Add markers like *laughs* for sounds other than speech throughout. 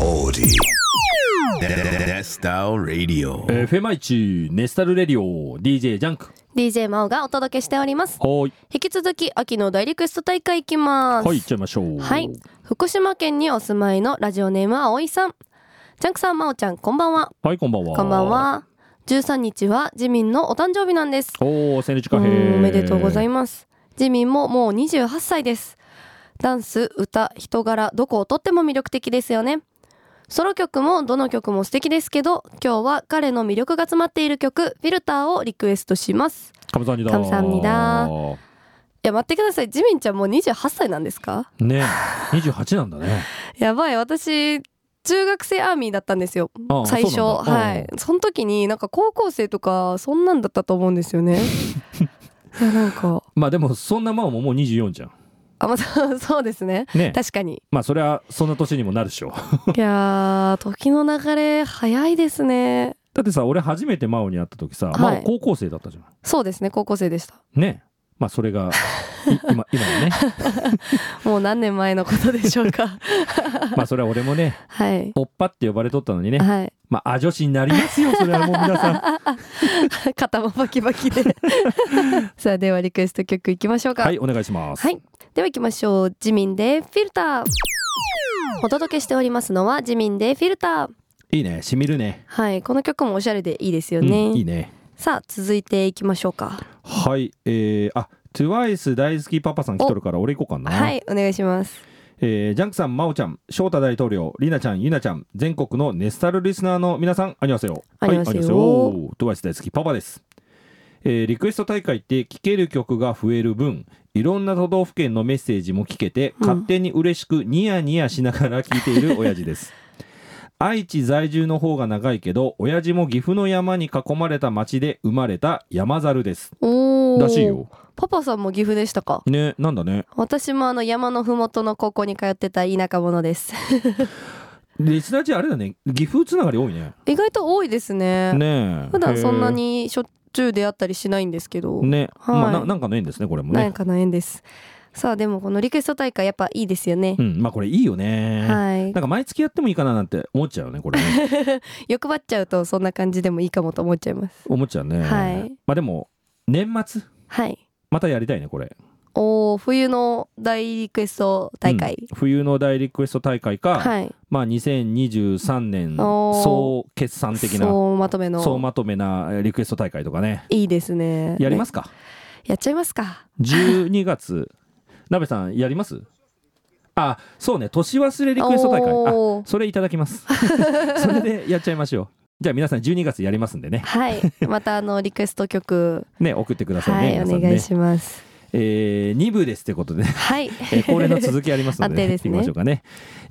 Audi. Style Radio. えーフェマイチネスタルレディオ DJ ジャンク DJ 真央がお届けしておりますはい引き続き秋の大リクエスト大会いきますはい行っちゃいましょうはい福島県にお住まいのラジオネームあおいさんジャンクさん真央ちゃんこんばんははいこんばんはこんばんは13日は自民のお誕生日なんですおー千日う貨幣んおめでとうございまますジミンももう28歳ですダンス歌人柄どこをとっても魅力的ですよねソロ曲もどの曲も素敵ですけど今日は彼の魅力が詰まっている曲「フィルター」をリクエストしますすカムサンニダカムサハムニダいや待ってくださいジミンちゃんもう28歳なんですかね28なんだねやばい私中学生アーミーだったんですよあー *sighs* 最初そうなんだはいその時になんか高校生とかそんなんだったと思うんですよ *laughs* ねいやなんかうんまあでもそんなマオももう24じゃんあまあそう *laughs* そうですねね確かにまあそれはそんな年にもなるでしょ *laughs* いやー時の流れ早いですねだってさ俺初めてマオに会った時さ、いマオ高校生だったじゃそうですね高校生でしたんねまあそれがい今今のねもう何年前のことでしょ *laughs* うかまあそれは俺もねはいおっぱって呼ばれとったのにね *laughs* はいまああ女子になりますよそれはもう皆さん *laughs* 肩もバキ *laughs* バキでさあではリクエスト曲いきましょうかはいお願いしますはいでは行きましょうジミンでフィルターお届けしておりますのはジミンでフィルターいいねしみるねはいこの曲もおしゃれでいいですよね、うんいいねさあ続いていきましょうかはい、えー、あ TWICE 大好きパパさん来とるから俺行こうかな、はいお願いしますえージャンクさん、真央ちゃん、翔太大統領、りなちゃん、ゆなちゃん、全国のネスタルリスナーの皆さん、あにわせよ。こんにちははい、こんにちはトワイス大好き、パパです。えーリクエスト大会って聴ける曲が増える分、いろんな都道府県のメッセージも聞けて、うん勝手に嬉しくニヤニヤしながら聞いてい *laughs* る親父です。愛知在住の方が長いけど、親父も岐阜の山に囲まれた町で生まれた山猿です。おーらしいよ。パパさんも岐阜でしたかね、なんだね。私もあの山のふもとの高校に通ってた田舎者ですリスナーちあれだね、岐阜つながり多いね。意外と多いですねねえ普段そんなへにしょっちゅう出会ったりしないんですけど、えね、はいまあななんかの縁ですねこれもなんねかの縁ですさあでもこのリクエスト大会やっぱいいですよねう、んまあこれいいよね、はいなんか毎月やってもいいかななんて思っちゃうねこれ *laughs* ね欲張っちゃうとそんな感じでもいいかもと思っちゃいます思っちゃうね、はいまあでも年末はいまたやりたいねこれおー冬の大リクエスト大会、うん冬の大リクエスト大会か、はいまあ2023年おー総決算的な総まとめの総まとめなえーリクエスト大会とかねいいですねやりますすかやっちゃいますか12月 *laughs* 鍋さんやりますあそうね年忘れリクエスト大会あおーそれいただき *laughs* ます。それでやっちゃいましょう。じゃあ皆さん12月やりますんでね。はいまたあのリクエスト *laughs* 曲ね、送ってくださいはね。い皆おさん願いね。しますえー、2部ですってことで、ね、はいえー恒例の続きありますので、 *laughs* 安定ですねやっていきましょうかね。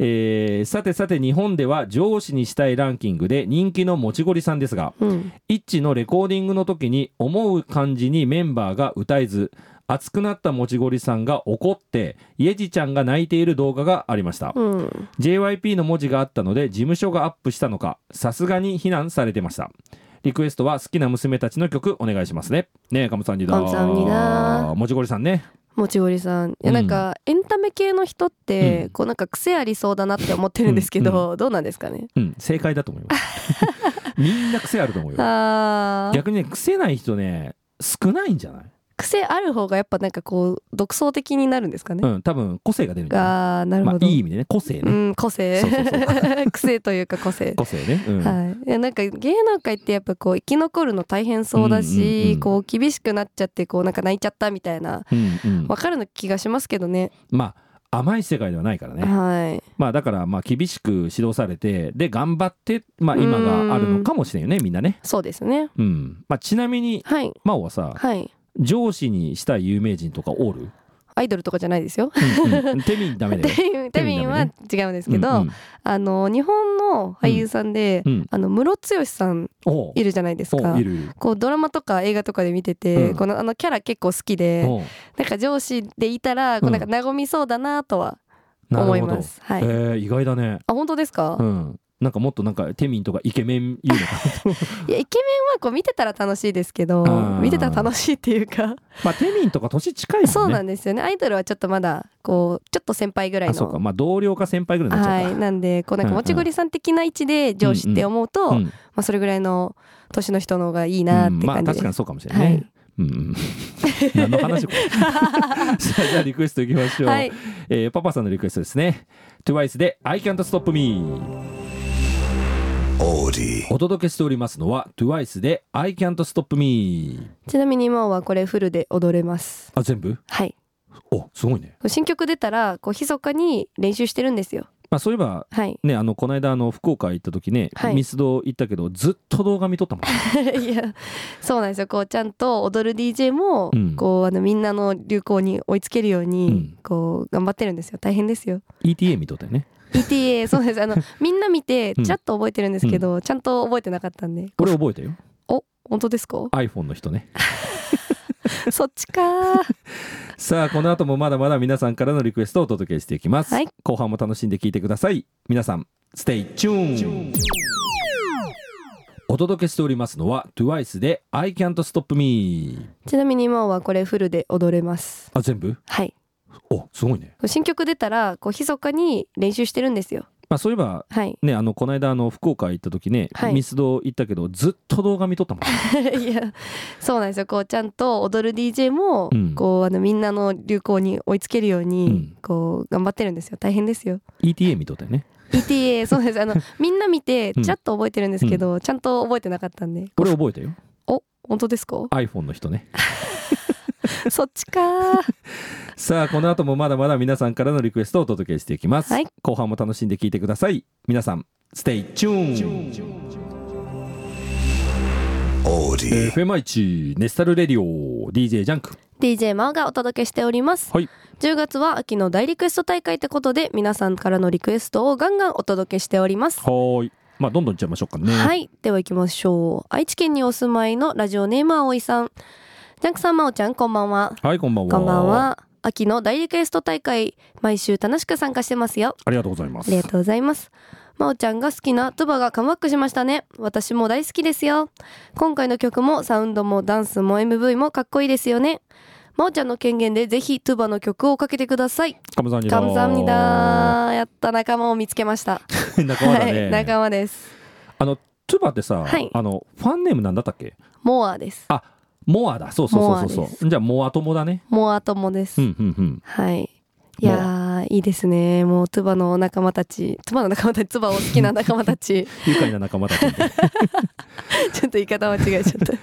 えー、さてさて日本では上司にしたいランキングで人気のもちごりさんですが、うんイッチのレコーディングの時に思う感じにメンバーが歌えず、熱くなったもちごりさんが怒って、イエジちゃんが泣いている動画がありました。うん、 JYP の文字があったので事務所がアップしたのかさすがに非難されてましたリクエストは好きな娘たちの曲お願いしますねねえカムさんにだカムサハムニダもちごりさんねもちごりさんいやうんなんかエンタメ系の人って、うんこうなんか癖ありそうだなって思ってるんですけど、どうなんですかねうん正解だと思います *laughs* みんな癖あると思うよあー逆にね癖ない人ね少ないんじゃない癖ある方がやっぱなんかこう独創的になるんですかね、うん多分個性が出るんじゃあーなないるまほあど、いい意味でね個性うねん個性そうそうそ *laughs* 癖というか個性個性ね *laughs* うんはい、いやなんか芸能界ってやっぱこう生き残るの大変そうだうし、んうんうんこう厳しくなっちゃってこうなんか泣いちゃったみたいなうんうんわかるの気がしますけどねまあ甘い世界ではないからねはいまあだからまあ厳しく指導されてで頑張ってまあ今があるのかもしれんよねみんなねそうですねうんまあ、ちなみにはい真央はさはい上司にしたい有名人とかおる、アイドルとかじゃないですようんうん、テミンダ *laughs* メだよ。テミンテミンは違うんですけど、うんあの日本の俳優さんで、うんうんあのムロツヨシさんおういるじゃないですおかういるいる。こうドラマとか映画とかで見てて、うんこのあのキャラ結構好きでおうなんか上司でいたらこうなんか和みそうだなとはなるほ思いどます、はい、えー意外だね。あ本当ですか、うん、なんかもっとなんかテミンとかイケメン言うのかないやイケメンはこう見てたら楽しいですけどあー見てたら楽しいっていうか、まあテミンとか年近いもんねそうなんんですよねアイドルはちょっとまだこうちょっと先輩ぐらいあそうかのまあ同僚か先輩ぐらいになっちゃはった、いなんでこうなんうんかうんもちごりさん的な位置で上司って思うと、うんまあ、それぐらいの年の人の方がいいなっうんてまあ感確じです、かにそうかもしれないね、はいうんうん *laughs* 何の話これ *laughs* *laughs* さあじゃあリクエストいきましょう、はいえーパパさんのリクエストですね TWICE で「I can't stop me Audi.」お届けしておりますのは TWICE で「I can't stop me ちなみに今はこれフルで踊れます」あ全部はいおすごいね、新曲出たらこう密かに練習してるんですよまあ、そういえばはいねあのこの間あの福岡行った時ね、はいミスド行ったけどずっと動画見と *laughs* ったもん *laughs* いやそうなんですよこうちゃんと踊る DJ も、うんこうあのみんなの流行に追いつけるように、うんこう頑張ってるんですよ大変ですよ ETA 見とったよね ETA *laughs* そうですあのみんな見てうんちらっと覚えてるんですけど、ちゃんと覚えてなかったんでこれ覚えたよお本当ですか *laughs* iPhone の人ねそっちか *laughs* ーさあこの後もまだまだ皆さんからのリクエストをお届けしていきます、はい後半も楽しんで聞いてください皆さん Stay tuned お届けしておりますのは TWICE で I can't stop me ちなみに今はこれフルで踊れますあ全部はいおすごいね、新曲出たらこう密かに練習してるんですよまあ、そういえばはいねあのこの間あの福岡行った時ね、はいミスド行ったけどずっと動画見と *laughs* ったもんいやそうなんですよこうちゃんと踊る DJ も、うんこうあのみんなの流行に追いつけるように、うんこう頑張ってるんですよ大変ですよ ETA 見とったよね ETA *laughs* そうですあのみんな見てうんちらっと覚えてるんですけど、ちゃんと覚えてなかったんでこれ覚えたよお本当で *laughs* すか iPhone の人 *laughs* ねそっちかーさあこの後もまだまだ皆さんからのリクエストをお届けしていきます、はい後半も楽しんで聞いてください皆さん Stay tuned 네. Audi. FM1 ネスタルレディオ DJ ジャンク DJ マオがお届けしております、はい10月は秋の大リクエスト大会ってことで皆さんからのリクエストをガンガンお届けしておりますはーいまあどんどんいっちゃいましょうかねはいいでは行きましょう愛知県にお住まいのラジオネーム葵さんジャンクさんまおちゃんこんばんははいこんばんはこんばんは秋の大リクエスト大会毎週楽しく参加してますよありがとうございまあすりがとうございますまおちゃんが好きなトゥバがカムバックしましたね私も大好きですよ今回の曲もサウンドもダンスも MV もかっこいいですよねまおちゃんの権限でぜひトゥバの曲をかけてくださいカムザニカダムザミ *laughs* ダーやった仲間を見つけました、ー仲間だはいね、仲間ですあのトゥバってさ、はいあのファンネームなんだったっけモアですあモアだそうそうそうそモアうでそうじゃあモア友だねモア友です、うんうんうんはい。いやーいいですね。もうツバの仲間たち、ツバの仲間たち、ツバを好きな仲間たち、 *laughs* 愉快な仲間だ *laughs* と思ってちょっと言い方間違えち *laughs* ゃっ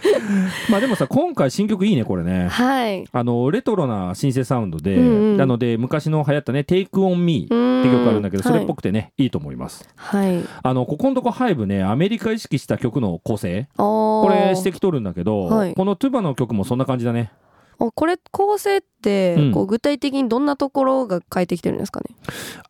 まあでもさ今回新曲いいねこれねた。はい。あのレトロなシンセサウンドで、うんうんなので昔の流行ったね「Take on Me」って曲あるんだけどそれっぽく。くてね、い、いと思いますはい。あのここのとこハイブねアメリカ意識した曲の構成おこれして指摘取るんだけど、はいこのトゥバの曲もそんな感じだねこれ構成って、うんこう具体的にどんなところが変えてきてるんですかね。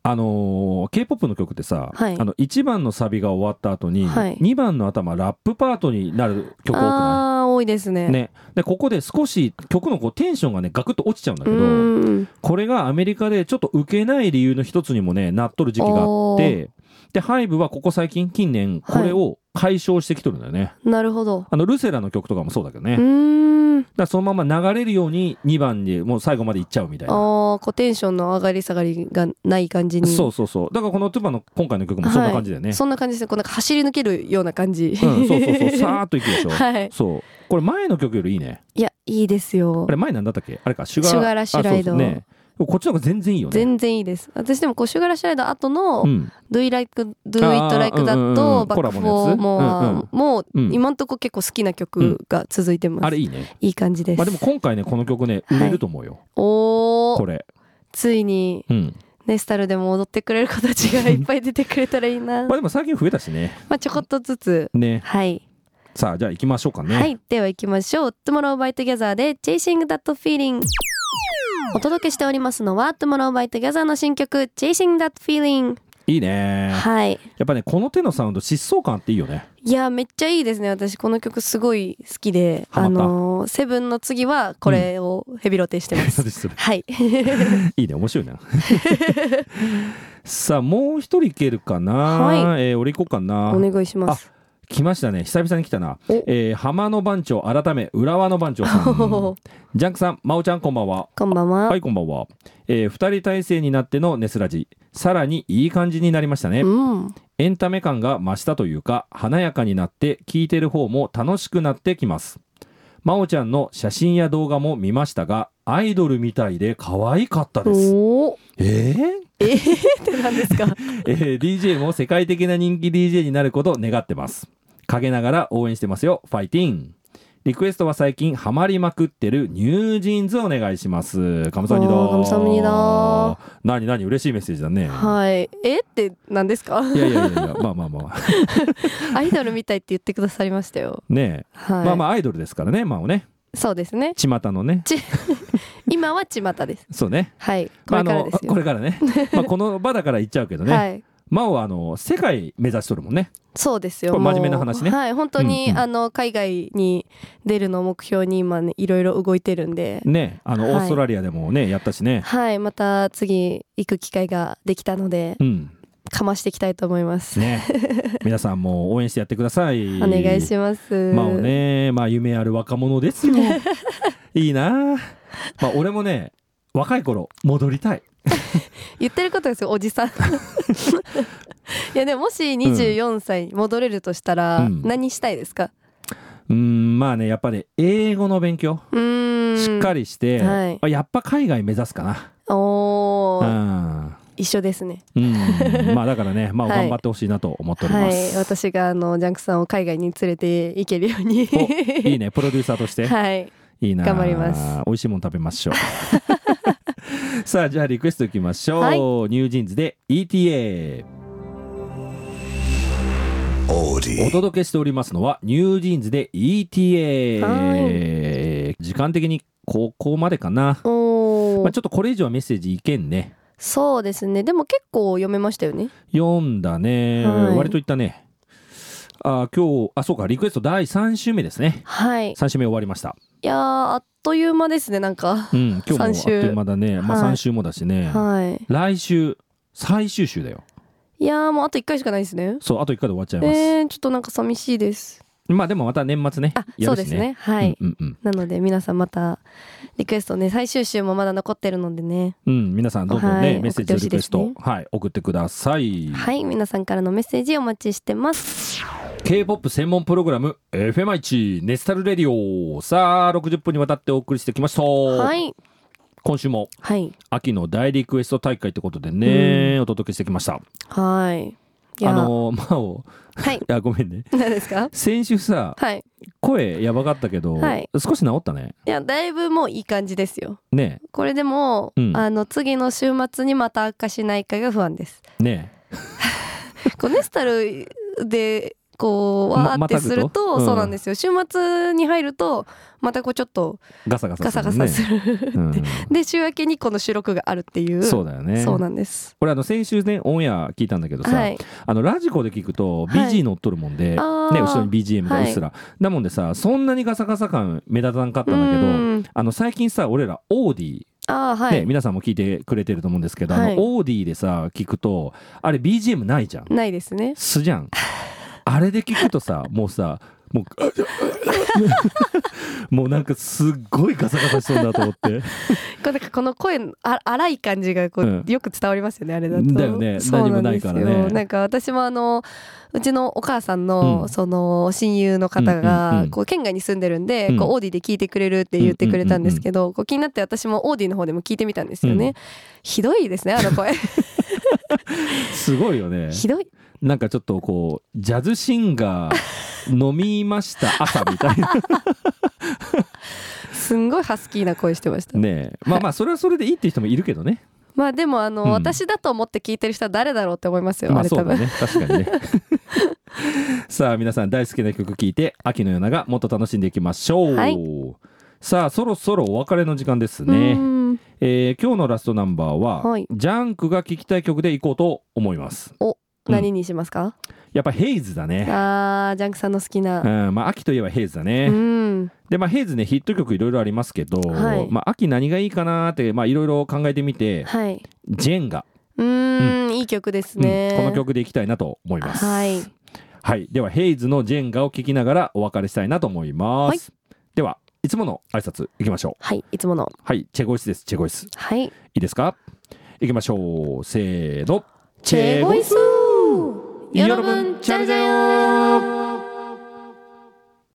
あのー、K-POP の曲ってさ、はいあの1番のサビが終わった後に、はい2番の頭ラップパートになる曲多くなああー多いですね。いね、でここで少し曲のこうテンションがねガクッと落ちちゃうんだうけどーん。これがアメリカでちょっと受けない理由の一つにもねなっとる時期があってでハイブはここ最近近年これを解消してきとるんだよね、なるほど。あのルセラの曲とかもそうだけどね、うーん。だからそのまま流れるように2番にもう最後までいっちゃうみたいあな。あーこうテンションの上がり下がりがない感じに。そうそうそう。だからこのトゥバの今回の曲もそんな感じだよね。そんな感じですね。こうなんか走り抜けるような感じ。うん、そうそうそう。さーっといくでしょ。 *laughs* はい。そう。これ前の曲よりいいね。いやいいですよあ。れ前なんだったっけあれか、シュガー。シュガーラッシュライドあそうそうね。こっちの方が全然いいよね。全然いいです私でもこうシュガーラッシュライド後のうん。 「Do You Like Do It Like あーうんうん That」うんと「バコッラクボフのォやーつもはもううん今んとこ結構好きな曲が続いてます、あれいいね。いい感じです、まあでも今回ね、この曲ね、売れると思うよ。おこーれ。ついにうん。ネスタルでも踊ってくれる子たちがいっぱい出てくれたらいい *laughs* まあなまでも最近増えたしね。あちょこっとずつね。はい、さあ、じゃあ行きましょうかね。はいでは行きましょう「Tomorrow by Together」で「Chasing That Feeling」お届けしておりますのは「Tomorrow by Together」の新曲「Chasing That Feeling いい」ね。はいやっぱね、この手のサウンド、疾走感っていいよね。いやめっちゃいいですね私この曲すごい好きでハマあったのーセブンの次はこ *laughs* れをヘビロテしてます、そうですはいいいね、面白いな。 *laughs* さあもう一人いけるかな、はえー俺行こうかなお願いします。来ましたね久々に来たなお、えー、浜の番長改め浦和の番長 *laughs* さんジャンクさん真央ちゃんこんばんはこんばんは。はいこんばんは、えー、2人体制になってのネスラジさらにいい感じになりましたねうん。エンタメ感が増したというか華やかになって聞いてる方も楽しくなってきます真央ちゃんの写真や動画も見ましたがアイドルみたいで可愛かったですおお。えー、 *laughs* ええー、ってなんですか。えー DJ も世界的な人気 DJ になることを願ってます陰ながら応援してますよファイティーンリクエストは最近ハマりまくってるニュージーンズお願いしますカムサハニダあーカムサハニダ何何嬉しいメッセージだね、はい。えってなんですか。 *laughs* い、やいやいやいやまあまあまあアイドルみたいって言ってくださりましたよ。ねえ、はい。まあまあアイドルですからねまあねそうですね。巷のね今は巷です。そうねはい。こまあれあからのですよ。これからね、 *laughs* まあ、この場だから言っちゃうけどね、はい。真央はあの世界目指しとるもんねそうですよ。これもう真面目な話ねはい、本当に、うんうんあの海外に出るのを目標に今ねいろいろ動いてるんで、ねあの、はいオーストラリアでもねやったしねはい、また次行く機会ができたのでうんかましていきたいと思います。 *laughs* ね皆さんも応援してやってくださいお願いします。まあねまあ夢ある若者です *laughs* よいいなあまあ俺もね若い頃戻りたい言ってることですよお *laughs* じさん。いやでももし24歳に戻れるとしたら、うん何したいですか。うーんまあねやっぱり英語の勉強うーん。しっかりして、はいあやっぱ海外目指すかなおうーん一緒ですね。うんまあだからねまあ *laughs* はい頑張ってほしいなと思っておりまはす、い、私があのジャンクさんを海外に連れて行けるように。おいいねプロデューサーとして、 *laughs* はい。いいなあ頑張ります美味しいもの食べまし *laughs* ょうさあじゃあリクエストいきましょう、はいニュージーンズで ETA Audi. お届けしておりますのはニュージーンズで ETA、時間的にここまでかな、おお、まあ、ちょっとこれ以上はメッセージいけんねそうですね。でも結構読めましたよね。読んだね、はい割といったねあ今日あそうかリクエスト第3週目ですねはい。い3週目終わりましたやーあっという間ですね。なんかう。ん今日もあっ三と週いう間だね、まあはい3週もだしね、はい。来週最終週だよいやーもうあと一回しかないですね。そうあと1回で終わっちゃいます、えー、ちょっとなんか寂しいです。まあでもまた年末ねあ、やそうるしですね。はい。うんうんなので皆さんまたリクエストね最終週もまだ残ってるのでねうん、うん、皆さんどんどんね、はいメッセージをリクエスト、送ってはい送ってください、はい皆さんからのメッセージお待ちしてます K-POP 専門プログラム FMI1 ネスタルレディオさあ60分にわたってお送りしてきました、はい今週もはい秋の大リクエスト大会ってことでね、お届けしてきましたはいいやあのー真央はい *laughs* いやごめんね何ですか先週さはい声やばかったけど、はい少し治ったねいやだいぶもういい感じですよねこれでも、うんあの次の週末にまた悪化しないかが不安ですえねえこうネスタルでこうまわーまったてぐとすると、うんそうなんですよ週末に入るとまたこうちょっとガサガサガサガサするるもんね、 *laughs* で週明けにこの収録があるっていううんそうだよねそうなんです俺あの先週ねオンエア聞いたんだけどさ、はいあのラジコで聞くとはい BG 乗っとるもんで、あーね後ろに BGM がうっすら、なもんでさそんなにガサガサ感目立たんかったんだけうどんあの最近さ俺らオーディ、ねあーはい、皆さんも聞いてくれてると思うんですけど、はあいのオーディでさ聞くとあれ BGM ないじゃんないですねすじゃ *laughs* んあれで聞くとさもうさもう *laughs* もうなんかすっごいガサガサしそうだと思ってこうなんかこの声のあ荒い感じがこう、うんよく伝わりますよねあれだとだよねそう何もんなでいすかよらねなんか私もあのうちのお母さんの、うんその親友の方が、うんうんうんこう県外に住んでるんで、うんこうオーディで聞いてくれるって言ってくれたんですけど、こう気になって私もオーディの方でも聞いてみたんですよね、うんひどいですねあの *laughs* 声すごいよねひどいなんかちょっとこうジャズシンガー飲みま *laughs* した朝みたいなすんごいハスキーな声してましたねえまあまあそれはそれでいいっていう人もいるけどねまあでもあの、うん私だと思って聞いてる人は誰だろうって思いますよ、まああれそ多うだ分、ね確かにね *laughs* さあ皆さん大好きな曲聴いて秋の夜長もっと楽しんでいきましょう、はいさあそろそろお別れの時間ですうね、んえー今日のラストナンバーは、はいジャンクが聴きたい曲でいこうと思います何にしますか、やっぱヘイズだねあージャンクさんの好きな、うんまあ、秋といえばヘイズだね、うんでまあヘイズねヒット曲いろいろありますけど、はいまあ、秋何がいいかなーってまあいろいろ考えてみてはいジェンガ、ううーん、いい曲ですねう。んこの曲でいきたいなと思います。はい。はい。では、ヘイズのジェンガを聞きながらお別れしたいなと思います。では、いつもの挨拶いきましょう。はい、いつもの。はい。チェゴイスです。チェゴイス。いはい。いですかいきましょう。せーの。チェゴイスチェゴイス 여러분 잘 자요.